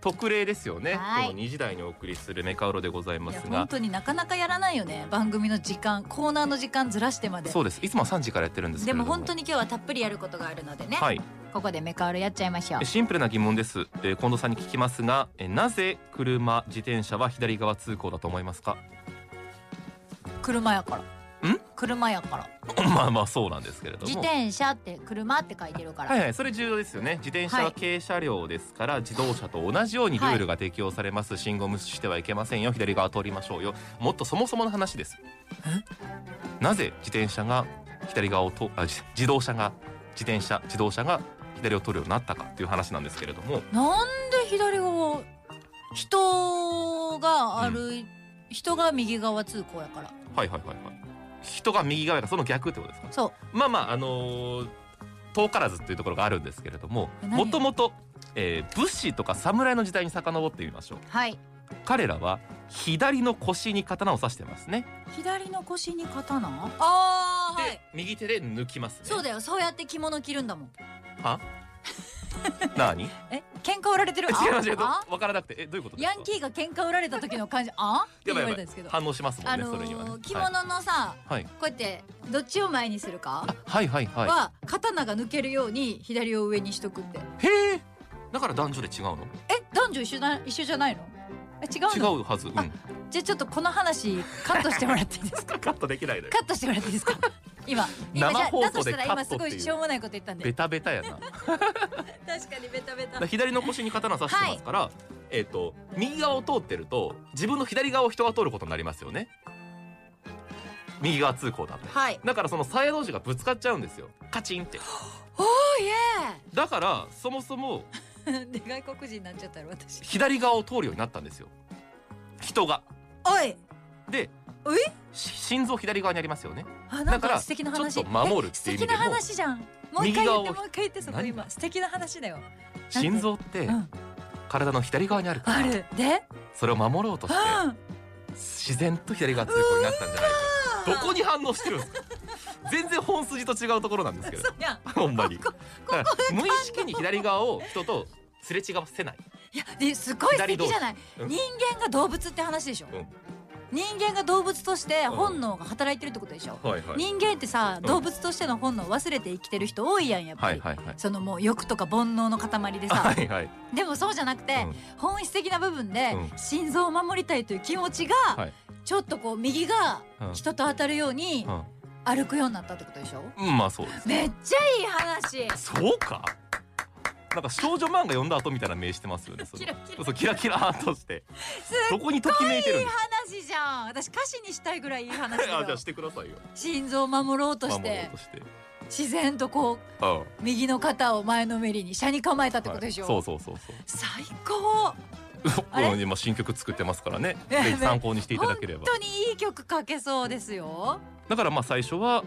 特例ですよね、はいこの2時台にお送りするメカウロでございまいやす本が当になかなかやらないよね番組の時間コーナーの時間ずらしてまでそうですいつもは3時からやってるんですけでれどもも本当に今日はたっぷりやることがあるのでね、はいここでメカオルやっちゃいましょうシンプルな疑問です、えー近藤さんに聞きますが、えーなぜ車自転車は左側通行だと思いますか 車やからん車やからまあまあそうなんですけれども自転車って車って書いてるから、はいはい、それ重要ですよね。自転車ははい軽車両ですから、自動車と同じようにルールが適用されます。信号無視してはいけませんよ。左側通りましょうよ。もっとそもそもの話です。なぜ自転車が左側をとあ自自動車が自転車自動車が左を通るようになったかという話なんですけれども、なんで左側人が歩い、人が右側通行やからはいはいはいはい。人が右側がその逆ってことですか。そうまあまああのー遠からずっていうところがあるんですけれども、えも何ともと、えー、武士とか侍の時代に遡ってみましょう。はい彼らは左の腰に刀を刺してますね。左の腰に刀あーはいで、右手で抜きますね。そうだよそうやって着物着るんだもんは？な に？違いえ喧嘩売られてるあます違いあます。わからなくて、えどういうことですヤか？ンキーが喧嘩売られた時 の感じあってや言わばいやばれたんいですけど、反応しますもんね、あのそれにはねー。着物のさ、はい。こうやってどっちを前にするかあはいはいはい。は刀が抜けるように左を上にしとくってへえ。だから男女で違うの？え男女一緒だ一緒じゃないのえ違うの違うはず。うん。じゃあちょっとこの話カットしてもらってい いですかカットできないで。カットしてもらっていいですか今今生放送でだとしたらカ今ットすってごいういしょうもないこと言ったんベでタベタやな。だか確かにベタベタら左の腰に刀刺してますから、えっ、と右側を通ってると自分の左側を人が通ることになりますよね。右側通行だと。はいだからその鞘同士がぶつかっちゃうんですよカチンっておーイだからそもそもエーイ で外国人になっちゃったら 私左側を通るようになったんですよ人がおいでえし心臓左側にありますよねあなんだかから素敵な話ちょっと守るっえ素ていう意敵味でなも話じゃんもう一回言って右側をもう一回言ってそこ何今素敵な話だよ心臓ってうん体の左側にあるかあらるでそれを守ろうとしてうん自然と左側通行になったんじゃないかどこに反応してるんですか全然本筋と違うところなんですけれど そうやんほんまにこだから無意識に左側を人とすれ違わせないいやですごい素敵じゃない同士うん人間が動物って話でしょ、うん人間が動物として本能が働いてるってことでしょ、はいは人間ってさん動物としての本能を忘れて生きてる人多いやんやっぱはり、いはいはいそのもう欲とか煩悩の塊でさはいはいでもそうじゃなくて、うん本質的な部分でうん心臓を守りたいという気持ちが、はいちょっとこう右がうん人と当たるようにうん歩くようになったってことでしょ、うんまあそうですめっちゃいい話そうか。なんか少女漫画読んだ後みたいな目してますよね。それキラキラそうキラキラーっとして。すどっこにときめいてるんです話じゃん私歌詞にしたいぐらいいい話だか。 あ、じゃよあしてくださいよ。心臓を守ろうとし守ろてうとして。自然とこうああ、右の肩を前のめりに車に構えたってことでしょ、はいそうそうそうそう。最高あれうん今新曲作ってますから ね。いやぜひ参考にしていただければ本。当にいい曲かけそうですよだからまあ最初は。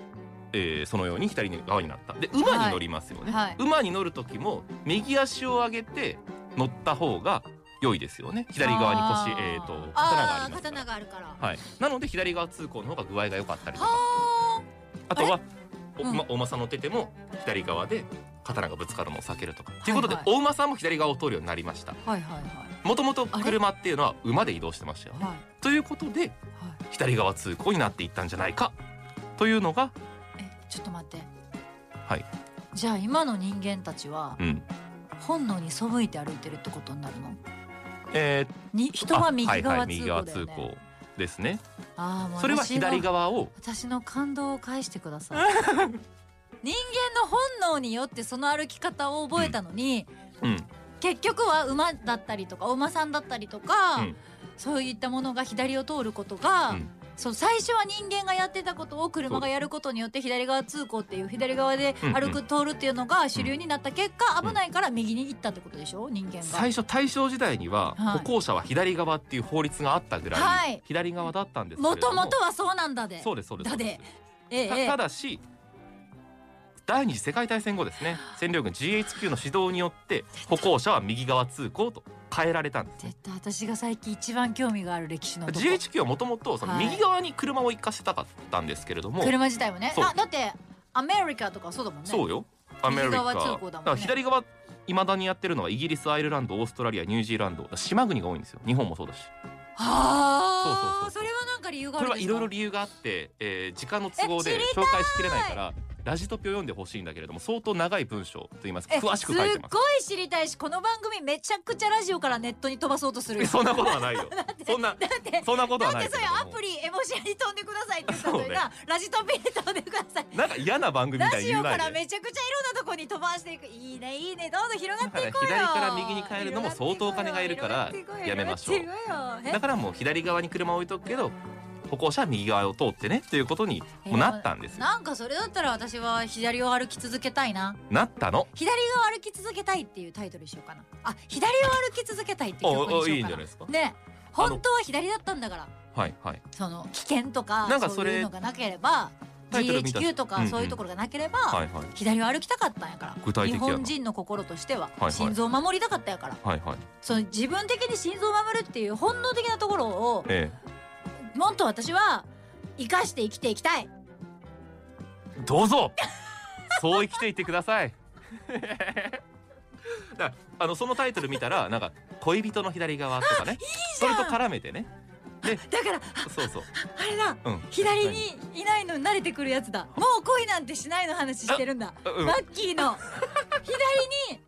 えーそのように左側になったで馬に乗りますよね、はいはい馬に乗る時も右足を上げて乗った方が良いですよね左側に腰あ、えー、と刀があありーますから刀があるからははい、なので左側通行の方が具合が良かったりとかああとはお,、うんま、お馬さん乗ってても左側で刀がぶつかるのを避けるとか。ということで、はいお馬さんも左側を通るようになりました。はいはいはもともと車っていうのは馬で移動してましたよいね。はいということでは左側通行になっていったんじゃないかというのが、いえちょっと待ってはいじゃあ今の人間たちはうん、本能に背いて歩いてるってことになるのえーに人は右あ側いい通行右側だよ通ね行ですね。あーもうそれは私の左側を私の感動を返してくだ さい人間の本能によってその歩き方を覚えたのに、うん結局は馬だったりとかお馬さんだったりとか、うんそういったものが左を通ることが、うんそう最初は人間がやってたことを車がやることによって左側通行っていう左側で歩く、う通るっていうのが主流になった結果、うん危ないから右に行ったってことでしょ人間が最。初大正時代にははい歩行者は左側っていう法律があったぐらい、はい左側だったんですけもれどとも。もとはそうなんだで。そうですそうです。だでええたええただし第二次世界大戦後ですね占領軍 GHQ の指導によって歩行者は右側通行と変えられたんですね絶対私が最近一番興味がある歴史の男 GHQ はもともとそのはい右側に車を行かせたかったんですけれども、車自体もねそうあだってアメリカとかそうだもんねそうよアメリカ右側通行だもんねから左側未だにやってるのはイギリスアイルランドオーストラリアニュージーランド島国が多いんですよ日本もそうだしそうそああそうそうれはなんか理由があこれはるんですいかろいろ理由があって、えー時間の都合でえ知り紹介しきれないからラジトピを読んでほしいんだけれども相当長い文章と言いますかえ詳しく書いてますっごい知りたいしこの番組めちゃくちゃラジオからネットに飛ばそうとするえ よそんなことはないよそんなだってそんなことはだっないてけそれれどもアプリエモシアに飛んでくださいって言ったのそうにねな、ラジトピに飛んでくださいなんか嫌な番組みラたいにジ言オうなかいらでめちゃくちゃいろんなとこに飛ばしていくいいねいいねどんどん広がだかってらいこうよ左から右に変えるのも相当お金がいるから広がっていこうよやめましょう広がっていこうよだからもう左側に車を置いとくけど歩行者は右側を通ってねっていうことにもうなったんですえよなんかそれだったら私は左を歩き続けたいななったの左側を歩き続けたいっていうタイトルにしようかなあ左を歩き続けたいっていう曲にしようおかおないいんじゃないですかねあの本当は左だったんだからはいはいその危険とかなんかそそうれいうのがなければタイトル見た GHQ とうんかうんそういうところがなければ、はいはい左を歩きたかったんやから具体的や日な本人の心としては、いはい心臓を守りたかったやからはいはいその自分的に心臓を守るっていう本能的なところをえもっと私は生かして生きていきたいえどうぞそう生きていってください だからあのそのタイトル見たらなんか恋人の左側とかねじそゃんれと絡めてねでだからそうそうあれだうん左にいないのに慣れてくるやつだもう恋なんてしないの話してるんだあうんマッキーの左に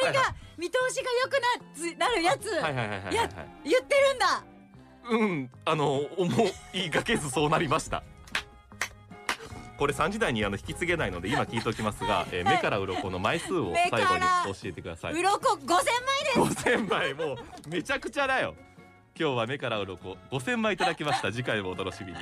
左が見通しが良くななるやつはいはいはいはいはいやはい言ってるんだうん、あの思いがけずそうなりました。これ3時台にあの引き継げないので今聞いておきますが、えー目から鱗の枚数を目最から後に教えてください。鱗5000枚5000枚もうめちゃくちゃだよ。今日は目から鱗5000枚いただきました。次回もお楽しみに。